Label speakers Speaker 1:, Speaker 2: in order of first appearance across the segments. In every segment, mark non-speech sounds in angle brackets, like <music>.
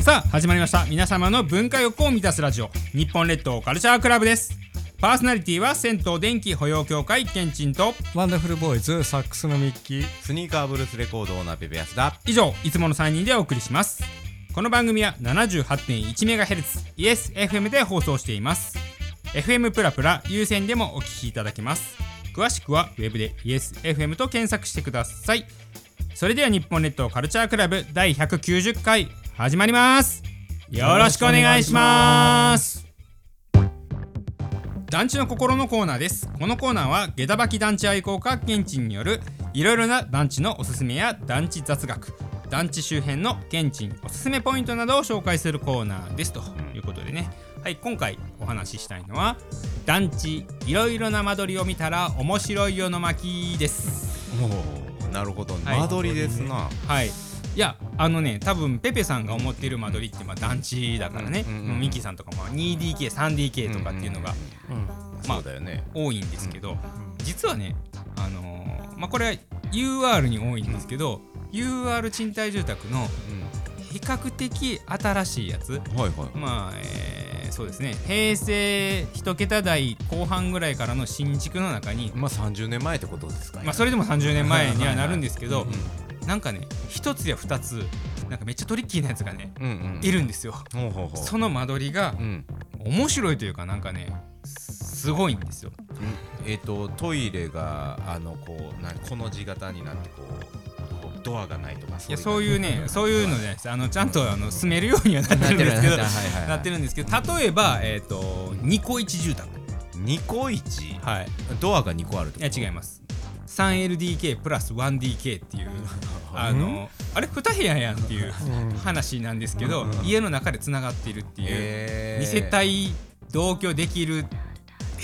Speaker 1: さあ始まりました皆様の文化欲を満たすラジオ日本列島カルチャークラブですパーソナリティは銭湯電気保養協会けんちんと
Speaker 2: ワンダフルボーイズサックスのミッキー
Speaker 3: スニーカーブルースレコードオーナーペペヤスだ
Speaker 1: 以上いつもの3人でお送りしますこの番組は 78.1MHz イエス FM で放送しています FM プラプラ有線でもお聞きいただけます詳しくはウェブでイエス FM と検索してくださいそれでは日本列島カルチャークラブ第190回始まりますよろしくお願いします団地の心のコーナーですこのコーナーは下駄履き団地愛好家現地によるいろいろな団地のおすすめや団地雑学団地周辺の現地おすすめポイントなどを紹介するコーナーですということでねはい今回お話ししたいのは団地いろいろな間取りを見たら面白いよの巻です
Speaker 3: おおなるほど、
Speaker 1: はい
Speaker 3: 間取りですな、
Speaker 1: はいいやあのね多分ペペさんが思っている間取りってまあ団地だからね、
Speaker 3: うんうんうん
Speaker 1: ミキさんとかも 2DK3DK とかっていうのが
Speaker 2: うん
Speaker 1: まあ
Speaker 3: そうだよね
Speaker 1: 多いんですけど、実はねあのーまあこれは UR に多いんですけど、UR 賃貸住宅の比較的新しいやつ
Speaker 3: はいはい
Speaker 1: まあ、えーそうですね平成1桁台後半ぐらいからの新築の中に、
Speaker 3: まあ30年前ってことですかね
Speaker 1: まあ、それでも30年前にはなるんですけど
Speaker 3: うん
Speaker 1: なんかね1つや2つなんかめっちゃトリッキーなやつがね
Speaker 3: うんうん
Speaker 1: いるんですよ。
Speaker 3: ほうほうほう
Speaker 1: その間取りが
Speaker 3: うん
Speaker 1: 面白いというかなんかねすごいんですよ。
Speaker 3: えっ、とトイレがあのこうなんこの字型になってこうこうドアがないとか
Speaker 1: い
Speaker 3: そうい
Speaker 1: や
Speaker 3: う
Speaker 1: そういうねそういうのじゃないですあのちゃんとあの住めるようにはなってるんですけど
Speaker 3: なってるなってるはいはいはい
Speaker 1: なってるんですけど例えばえっ、と二個一住宅
Speaker 3: 二個一
Speaker 1: はい
Speaker 3: ドアが二個あるって
Speaker 1: い
Speaker 3: こ
Speaker 1: や
Speaker 3: と
Speaker 1: 違います 3LDK プラス 1DK っていうあのあれ2部屋やんっていう話なんですけど家の中でつながっているっていう
Speaker 3: え
Speaker 1: 2世帯同居できる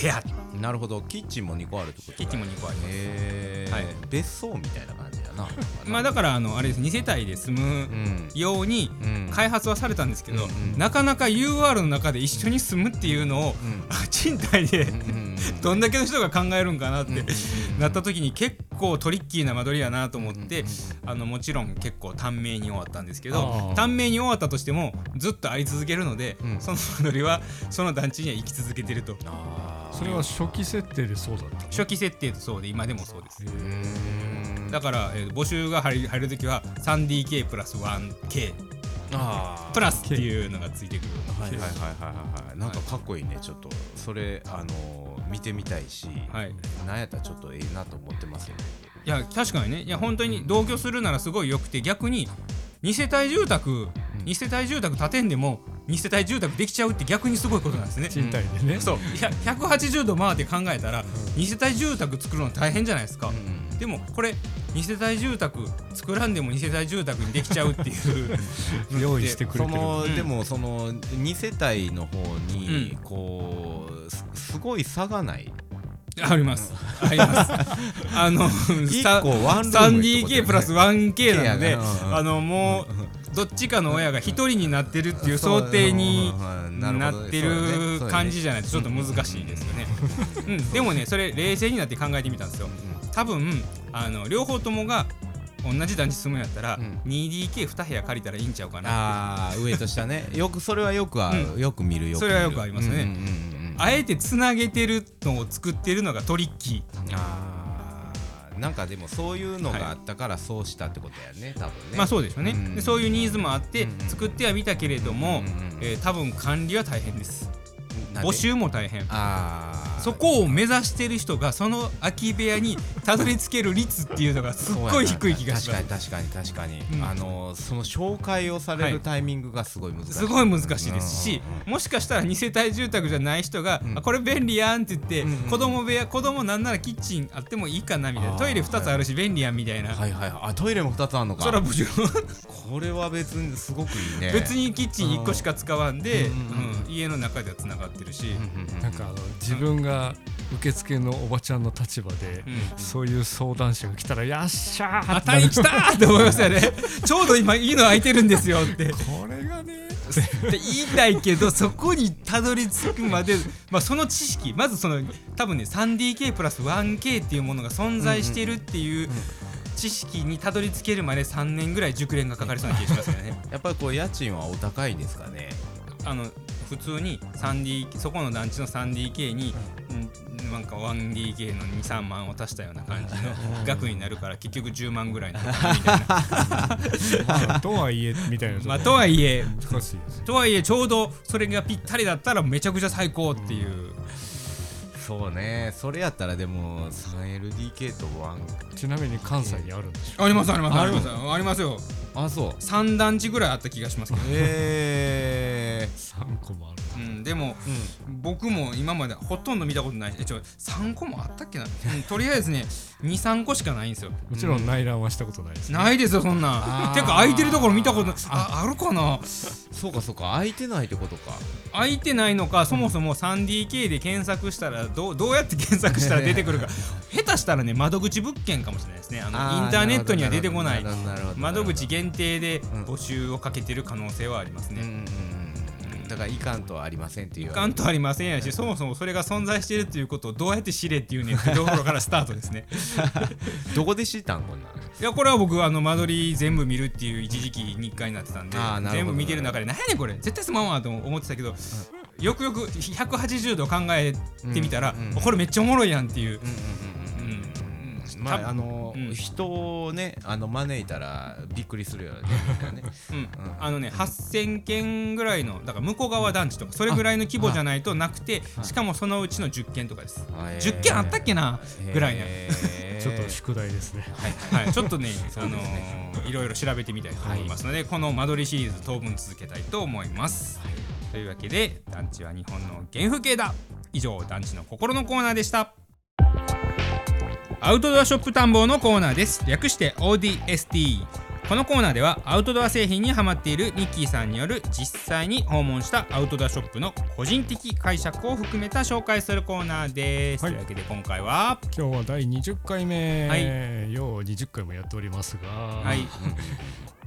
Speaker 1: 部屋
Speaker 3: 帯なるほどキッチンも二個あるってこと
Speaker 1: キッチンも2個あります
Speaker 3: えー
Speaker 1: はい
Speaker 3: 別荘みたいな感じだな
Speaker 1: <laughs> まあだからあのあれです2世帯で住む
Speaker 3: うん
Speaker 1: ように
Speaker 3: うん
Speaker 1: 開発はされたんですけど、
Speaker 3: うんうん
Speaker 1: なかなか UR の中で一緒に住むっていうのを、賃貸で、 <laughs>
Speaker 3: うんうんうん
Speaker 1: どんだけの人が考えるんかなって、
Speaker 3: うんうんうん
Speaker 1: なった時に結構トリッキーな間取りやなと思って、あのもちろん結構短命に終わったんですけど
Speaker 2: あー
Speaker 1: 短命に終わったとしてもずっとあり続けるので、
Speaker 3: うん
Speaker 1: その間取りはその団地には生き続けてると
Speaker 3: あー
Speaker 2: それは初期設定でそうだったの
Speaker 1: 初期設定とそうで今でもそうです
Speaker 2: へ
Speaker 3: うー
Speaker 2: ー
Speaker 3: ん
Speaker 1: だから、えー募集が入る入る時は 3DK プラス 1K
Speaker 3: あー
Speaker 1: プラスっていうのがついてくる
Speaker 3: はいはいはいはいはいなんかかっこいいねちょっとそれあのー見てみたいし、
Speaker 1: はい
Speaker 3: なんやったらちょっとええなと思ってますよね
Speaker 1: いや確かにねいや本当に同居するならすごいよくて逆に2世帯住宅2世帯住宅建てんでも2世帯住宅できちゃうって逆にすごいことなんですね。
Speaker 2: 賃貸でね、
Speaker 1: そういや180度回って考えたら2世帯住宅作るの大変じゃないですか。でもこれ2世帯住宅作らんでも2世帯住宅にできちゃうっていう
Speaker 2: 用意してくれ
Speaker 3: そ
Speaker 2: てる
Speaker 3: の、
Speaker 1: うん
Speaker 3: でもその2世帯の方に
Speaker 1: う
Speaker 3: こうすすごい差がない
Speaker 1: ありますあり
Speaker 3: <laughs>
Speaker 1: ますあの
Speaker 3: 1個ワンルームってことだよ
Speaker 1: 3DK
Speaker 3: ね
Speaker 1: プラス 1K なので、
Speaker 3: うんうんうん
Speaker 1: あのもうどっちかの親が1人になってるっていう想定になってる感じじゃないとちょっと難しいですよね。うん、でもねそれ冷静になって考えてみたんですよ。多分あの両方ともが同じ団地住むんやったら、
Speaker 3: うん
Speaker 1: 2DK2 部屋借りたらいいんちゃうかな。
Speaker 3: ああ上と下ねよくそれはよくある、よく見るよく見る
Speaker 1: それはよくありますね
Speaker 3: うんうんうんうん
Speaker 1: あえてつなげてるのを作ってるのがトリッキー。
Speaker 3: あーなんかでもそういうの
Speaker 1: はい
Speaker 3: があったからそうしたってことやね多分ね
Speaker 1: まあそうでしょうね、
Speaker 3: うん
Speaker 1: でそういうニーズもあって
Speaker 3: うん
Speaker 1: 作ってはみたけれども、
Speaker 3: うん
Speaker 1: えー多分管理は大変です
Speaker 3: なんで
Speaker 1: 募集も大変
Speaker 3: あー
Speaker 1: そこを目指してる人がその空き部屋にたどり着ける率っていうのがすっごい低い気がします
Speaker 3: 確かに確かに確かに、
Speaker 1: うん
Speaker 3: あのその紹介をされるタイミングがすごい難しい、
Speaker 1: すごい難しいですしもしかしたら2世帯住宅じゃない人が
Speaker 3: う
Speaker 1: 「
Speaker 3: ん
Speaker 1: あこれ便利やん」って言って
Speaker 3: うん
Speaker 1: 子供部屋子供なんならキッチンあってもいいかなみたいな
Speaker 3: あー
Speaker 1: トイレ2つあるし便利やんみたいな
Speaker 3: はいはいあトイレも2つあるのか
Speaker 1: それはもちろん
Speaker 3: これは別にすごくいいね
Speaker 1: 別にキッチン1個しか使わんで
Speaker 3: うんうん
Speaker 1: うん家の中ではつながってるし
Speaker 3: うんうんうん
Speaker 2: なんかあの自分が受付のおばちゃんの立場で、
Speaker 1: うん
Speaker 2: そういう相談者が来たら「やっしゃー!」
Speaker 1: あ
Speaker 2: って
Speaker 1: た
Speaker 2: なる
Speaker 1: り来たーって思いましたよ
Speaker 3: <laughs>
Speaker 1: ねちょうど今いいの空いてるんですよってっ
Speaker 2: これがね
Speaker 1: て言いたいけどそこにたどり着くまで、まあ、その知 <laughs> 識まずその多分ね 3DK プラス 1K っていうものが存在してるっていう知識にたどり着けるまで3年ぐらい熟練がかかりそうな気がしますよね <laughs>
Speaker 3: やっぱりこう家賃はお高いですかね
Speaker 1: あの普通に 3D そこの団地の 3DK に、うん、なんか 1DK の23万を足したような感じの額になるから結局10万ぐらい <laughs> の
Speaker 4: まあとはいえみたいなとこ
Speaker 1: まあとはいえ
Speaker 4: 難しいです
Speaker 1: とはいえちょうどそれがぴったりだったらめちゃくちゃ最高っていう、
Speaker 3: そうねそれやったらでも 3LDK と1
Speaker 2: ちなみに関西にあるんでしょ
Speaker 1: ありますありますありますありますよ
Speaker 3: あそう
Speaker 1: 3団地ぐらいあった気がしますけど、
Speaker 3: へえ
Speaker 2: 3個もある
Speaker 1: うん、でも、僕も今までほとんど見たことないしえちょ3個もあったっけな、うんとりあえずね23個しかないんですよ
Speaker 2: もちろん内覧はしたことないです、
Speaker 1: ないですよそんなん
Speaker 3: あー
Speaker 1: てか空いてるところ見たことああるかな
Speaker 3: そうかそうか空いてないってことか
Speaker 1: 空いてないのかそもそも 3DK で検索したらどうどうやって検索したら出てくる
Speaker 3: <laughs>
Speaker 1: か下手したらね窓口物件かもしれないですねあのインターネットには出てこない
Speaker 3: るほどるほど
Speaker 1: 窓口限定で
Speaker 3: ん
Speaker 1: 募集をかけてる可能性はあります
Speaker 3: うんう
Speaker 1: ね。
Speaker 3: んうんだからいかんとはありませんっていう
Speaker 1: ガンとありませんやしそもそもそれが存在しているということをどうやって知れっていうねんってところからスタートですね。
Speaker 3: どこで知ったんこんなん
Speaker 1: いやこれは僕あの間取り全部見るっていう一時期日課になってたんで
Speaker 3: あーなるほど
Speaker 1: 全部見てる中で何やねんこれ絶対すまんわと思ってたけど、よくよく180度考えてみたら、
Speaker 3: うんうん
Speaker 1: これめっちゃおもろいやんっていう。
Speaker 3: うんうんうんうんうんま
Speaker 1: 多分
Speaker 3: ああの
Speaker 1: うん
Speaker 3: 人をねあの招いたらびっくりするよねみんなね
Speaker 1: うん、あのね8,000件ぐらいのだから向こう側団地とかそれぐらいの規模じゃないとなくてしかもそのうちの10件とかです
Speaker 3: <laughs> あへー
Speaker 1: 10件あったっけなぐ
Speaker 3: <laughs>
Speaker 1: らいな、
Speaker 3: へー
Speaker 4: ちょっと宿題ですね
Speaker 1: はい、ちょっとねあのーいろいろ調べてみたいと思いますので、この間取りシリーズ当分続けたいと思います、というわけで団地は日本の原風景だ以上団地の心のコーナーでしたアウトドアショップ探訪のコーナーです略して ODST このコーナーではアウトドア製品にハマっているニッキーさんによる実際に訪問したアウトドアショップの個人的解釈を含めた紹介するコーナーです、
Speaker 4: はい
Speaker 1: というわけで今回は
Speaker 4: 今日は第20回
Speaker 1: は
Speaker 4: 目よう20回もやっておりますが、
Speaker 1: はい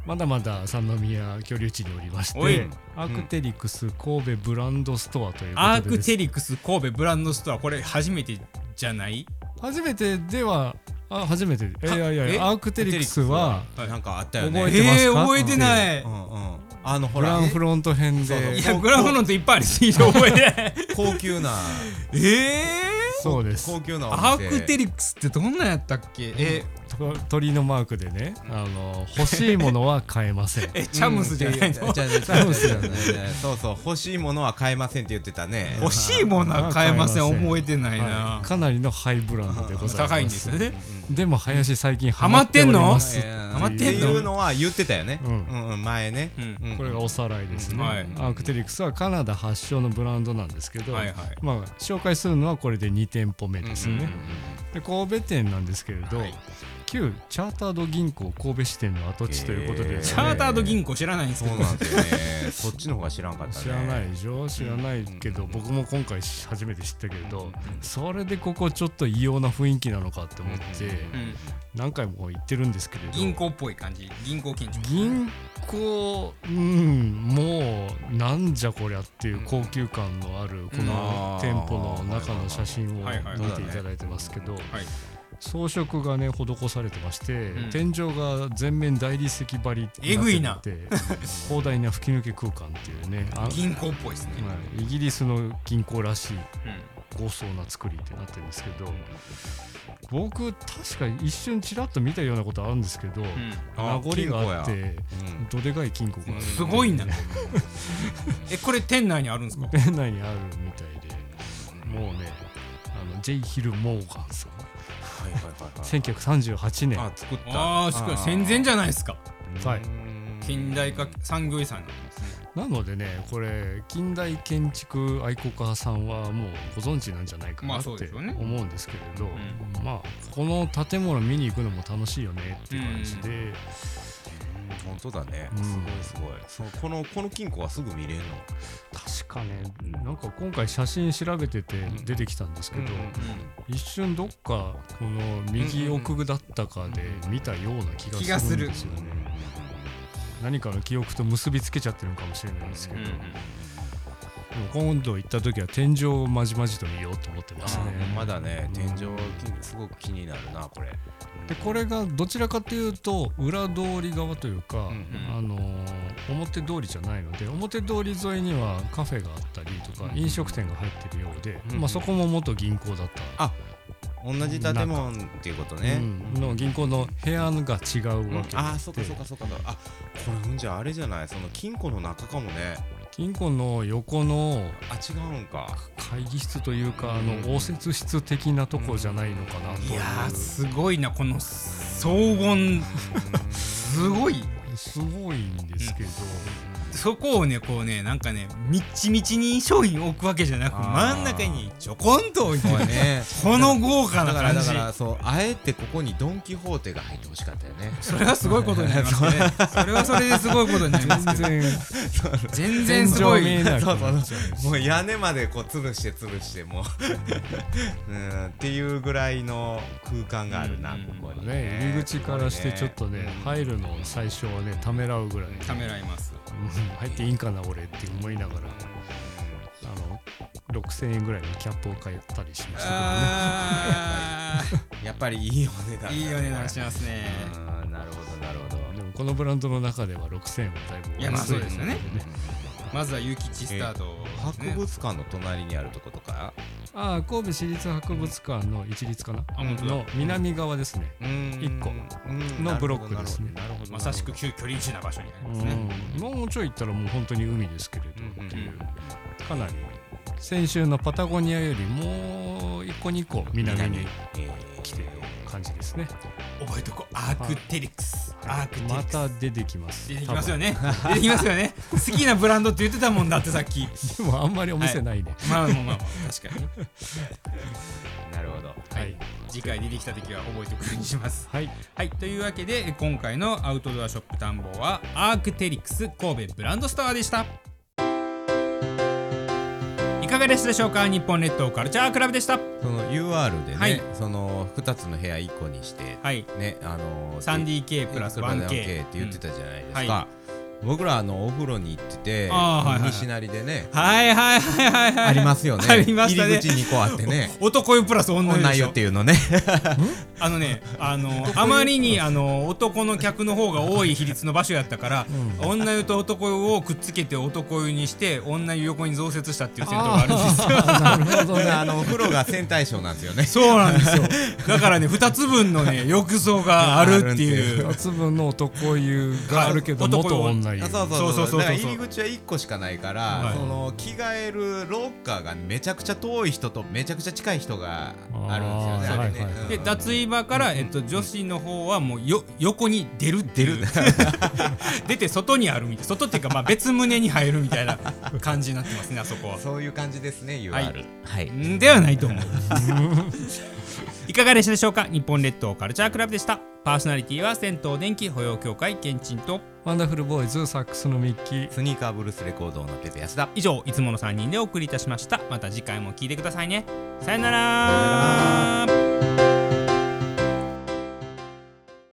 Speaker 4: まだまだ三宮居留地におりまし
Speaker 1: おい
Speaker 4: てアークテリクス神戸ブランドストアということで
Speaker 1: アークテ
Speaker 4: リ
Speaker 1: リクス神戸ブランドストアこれ初めてじゃない
Speaker 4: 初めてではあ初めてえい
Speaker 1: は
Speaker 4: やいや
Speaker 1: え
Speaker 4: アークテリクスは
Speaker 1: はい
Speaker 3: なんかあったよ
Speaker 4: 覚
Speaker 1: え
Speaker 4: え
Speaker 3: ね
Speaker 4: てますか
Speaker 1: ー、覚えてない
Speaker 3: うんうんあのほ
Speaker 4: グ
Speaker 3: ら
Speaker 4: ランフロント編
Speaker 3: そうそう
Speaker 4: で
Speaker 1: いやグラフロントいっ
Speaker 4: <laughs>
Speaker 1: ぱいあるし覚えてない
Speaker 3: 高級な
Speaker 1: えー
Speaker 4: そうです
Speaker 3: 高級なお店
Speaker 1: アークテリクスってどんなんやったっけえ
Speaker 4: と鳥のマークでねあの欲しいものは買えません
Speaker 1: <laughs> えチャムスじゃないの、
Speaker 3: じゃじゃじゃじゃそうそう欲しいものは買えませんって言ってたね
Speaker 1: 欲しいものは買えません
Speaker 4: 買えません
Speaker 1: 覚えてないな、
Speaker 4: はいかなりのハイブランドでございます
Speaker 1: 高いんですよね
Speaker 4: でも林最近
Speaker 1: ハ
Speaker 4: ハ
Speaker 1: マ
Speaker 4: マ
Speaker 1: っ
Speaker 4: ってて
Speaker 1: ん
Speaker 4: ん
Speaker 1: の
Speaker 4: の
Speaker 1: えハマっ
Speaker 3: っ
Speaker 1: て
Speaker 3: て
Speaker 1: ん
Speaker 3: いう
Speaker 1: の
Speaker 3: のは言ってたよね
Speaker 4: う
Speaker 3: うんんうん前ね
Speaker 1: うん
Speaker 3: うん
Speaker 4: これがおさらいですね、
Speaker 1: はい
Speaker 4: アークテリクスはカナダ発祥のブランドなんですけど、
Speaker 1: はいはい
Speaker 4: まあ、紹介するのはこれで2店舗目ですね、で神戸店なんですけれど、旧チャータード銀行神戸支店の跡地ということで、
Speaker 3: へー
Speaker 1: チャータード銀行知らないんです
Speaker 3: そう
Speaker 1: けど
Speaker 3: なんですよねそっちの方が知らんかったね
Speaker 4: 知らないでしょ知らないけど、僕も今回初めて知ったけれど、それでここちょっと異様な雰囲気なのかって思って、
Speaker 1: うん
Speaker 4: 何回も言ってるんですけれど
Speaker 1: 銀行っぽい感じ銀行建築
Speaker 4: 銀行うんもうなんじゃこりゃっていう高級感のあるこの店舗の中の写真を
Speaker 1: はいはい
Speaker 4: 見ていただいてますけど
Speaker 1: はい
Speaker 4: 装飾がね施されてまして、
Speaker 1: うん
Speaker 4: 天井が全面大理石張りになってて広大な吹き抜け空間っていうねあ
Speaker 1: 銀行っぽいですね、
Speaker 4: はいイギリスの銀行らしい
Speaker 1: うん
Speaker 4: 豪壮な作りってなってるんですけど僕確か一瞬ちらっと見たようなことあるんですけど、
Speaker 1: うん
Speaker 4: 名
Speaker 3: あ
Speaker 4: 残があって
Speaker 3: うん
Speaker 4: どでかい金庫がある
Speaker 1: すごいなえこれ店内にあるんですか
Speaker 4: 店内にあるみたいでもうねあのジェイ・ヒル・モーガンさん
Speaker 3: はいはいはいはい
Speaker 4: 1938年
Speaker 3: あ作った
Speaker 1: ああしかも戦前じゃないですか
Speaker 4: はい
Speaker 1: 近代化産業遺産なんですね
Speaker 4: なのでねこれ近代建築愛好家さんはもうご存知なんじゃないか
Speaker 1: ま
Speaker 4: な
Speaker 1: あ
Speaker 4: っ
Speaker 1: そうで
Speaker 4: て思
Speaker 1: すよね
Speaker 4: うんですけれどまあこの建物見に行くのも楽しいよねっていう感じで
Speaker 3: うん本当だね
Speaker 4: うん
Speaker 3: すごいすごいそうこのこの金庫はすぐ見れるの
Speaker 4: 確かねなんか今回写真調べてて出てきたんですけど一瞬どっかこの右奥だったかで見たような気がするんですよね。何かの記憶と結びつけちゃってるのかもしれないんですけど、
Speaker 1: うん
Speaker 4: でも今度行った時は天井をまじまじと見ようと思ってますね
Speaker 3: あーまだね天井すごく気になるなこれ
Speaker 4: でこれがどちらかというと裏通り側というか、
Speaker 2: うん
Speaker 3: うん
Speaker 4: あのー表通りじゃないので表通り沿いにはカフェがあったりとか
Speaker 3: うん
Speaker 4: 飲食店が入ってるようで、
Speaker 2: うん
Speaker 4: まあ、そこも元銀行だった、
Speaker 3: 同じ建物っていうことね、
Speaker 4: うんの銀行の部屋が違うわけで、
Speaker 3: ああそっかそっかそっかあこれほんじゃあれじゃないその金庫の中かもね
Speaker 4: 銀行の横の
Speaker 3: あ違うん
Speaker 4: <laughs>
Speaker 3: か
Speaker 4: 会議室というか、
Speaker 3: うん
Speaker 4: あの応接室的なとこじゃないのかなと
Speaker 1: い
Speaker 4: いう
Speaker 1: やーすごいなこの荘
Speaker 3: <laughs>
Speaker 1: 厳すごい
Speaker 4: すごいんですけど、
Speaker 1: そこをねこうねなんかねみっちみちに商品を置くわけじゃなく
Speaker 3: あー
Speaker 1: 真ん中にちょこんと置いて
Speaker 3: これ
Speaker 1: ね
Speaker 3: <laughs> ね
Speaker 1: この豪華な
Speaker 3: だから
Speaker 1: 感
Speaker 3: だ
Speaker 1: じ
Speaker 3: からそうあえてここにドン・キホーテが入ってほしかったよね
Speaker 1: それはすごいことになりますねそれはそれですごいことになり
Speaker 3: <laughs>
Speaker 1: ますけど
Speaker 4: 全
Speaker 1: 全
Speaker 4: 然
Speaker 1: 然すごい
Speaker 4: 見えない
Speaker 3: そうそうそうもう屋根までこう潰して潰しても <laughs> ううんっていうぐらいの空間があるな、
Speaker 1: うん
Speaker 3: ここに
Speaker 4: ね、入り口からしてちょっとね入るのを最初はねためらうぐらい
Speaker 1: ためらいます
Speaker 4: うん入っていいんかな俺って思いながらあの6000円ぐらいのキャップを買ったりしました
Speaker 1: あ
Speaker 3: やっぱりいいお値段だ
Speaker 1: ー
Speaker 3: ね
Speaker 1: <laughs> いいよねなしますね
Speaker 3: うんなるほどなるほど
Speaker 4: けどねでもこのブランドの中では6000円はだいぶお安い
Speaker 1: いやまあそうですよね
Speaker 4: ので
Speaker 1: まずはゆきちスタートですね
Speaker 3: 博物館の隣にあるとことか
Speaker 4: ああ神戸市立博物館の一律かな
Speaker 1: あ本当だ
Speaker 4: の南側ですね
Speaker 3: 一
Speaker 4: 一個のブロックですね
Speaker 3: なるほど
Speaker 1: まさしく旧距離地な場所にありますね
Speaker 4: うんもうちょい行ったらもう本当に海ですけれど
Speaker 3: うん
Speaker 4: っていうかなり先週のパタゴニアよりもう1個2個南に来てる感じですね
Speaker 1: 覚えとこうアークテリクスアークテリ
Speaker 4: ま
Speaker 1: クス
Speaker 4: た出てきます
Speaker 1: 出てきますよね出てきますよね好きなブランドって言ってたもんだってさっき
Speaker 4: 多分でもあんまりお店ないね、
Speaker 1: まあまあまあ確かに
Speaker 3: なるほど
Speaker 1: はい次回出てきた時は覚えておくようにします
Speaker 4: はい
Speaker 1: はいというわけで今回のアウトドアショップ探訪はアークテリクス神戸ブランドストアでしたいかがでしたでしょうか日本列島カルチャークラブでした
Speaker 3: その UR でね、
Speaker 1: はい
Speaker 3: その2つの部屋1個にして、
Speaker 1: はい
Speaker 3: ねあの
Speaker 1: 3DK プラス 1K
Speaker 3: って言ってたじゃないですか、
Speaker 1: うんは
Speaker 3: 僕らあのお風呂に行ってて、
Speaker 1: あーはいはい
Speaker 3: 西成でね
Speaker 1: はいはいはいはいはい
Speaker 3: ありますよね
Speaker 1: ありましたね
Speaker 3: 入り口にこうあってね
Speaker 1: <laughs> 男湯プラス女湯で
Speaker 3: 女
Speaker 1: し
Speaker 3: 湯っ
Speaker 1: ょ
Speaker 3: ていう
Speaker 1: <laughs>
Speaker 3: のね
Speaker 1: あのねあのあまりにあの男の客の方が多い比率の場所やったから、女湯と男湯をくっつけて男湯にして女湯横に増設したっていう銭湯があるんです
Speaker 3: <laughs>
Speaker 1: よ
Speaker 4: なるほどね
Speaker 3: あのお風呂が戦対称なんですよね
Speaker 1: そうなんですよ <laughs> だからね2つ分のね浴槽があるっていう
Speaker 4: <laughs> 夏分の男湯があるけど
Speaker 1: 男湯
Speaker 4: 元女湯
Speaker 3: あそうそう
Speaker 1: そ
Speaker 3: そう
Speaker 1: そうそうそう
Speaker 3: うだから入り口は1個しかないから、
Speaker 1: はい
Speaker 3: その着替えるロッカーがめちゃくちゃ遠い人とめちゃくちゃ近い人があるんですよ
Speaker 4: あー
Speaker 3: ねあれね、
Speaker 4: はいはいはい
Speaker 1: で脱衣場から、えっと、女子の方はもうよ横に出る出る <laughs> 出て外にあるみたいな外っていうか、まあ、別棟に入るみたいな感じになってますねあそこは。
Speaker 3: そういう感じですね UR
Speaker 1: はい
Speaker 3: はい
Speaker 1: んではないと思う <laughs> いかがでしたでしょうか日本列島カルチャークラブでしたパーソナリティは銭湯電気保養協会けんちんと
Speaker 4: ワンダフルボーイズサックスのミッキー
Speaker 3: スニーカーブルースレコードのペペ安田
Speaker 1: 以上いつもの3人でお送りいたしましたまた次回も聞いてくださいねさよなら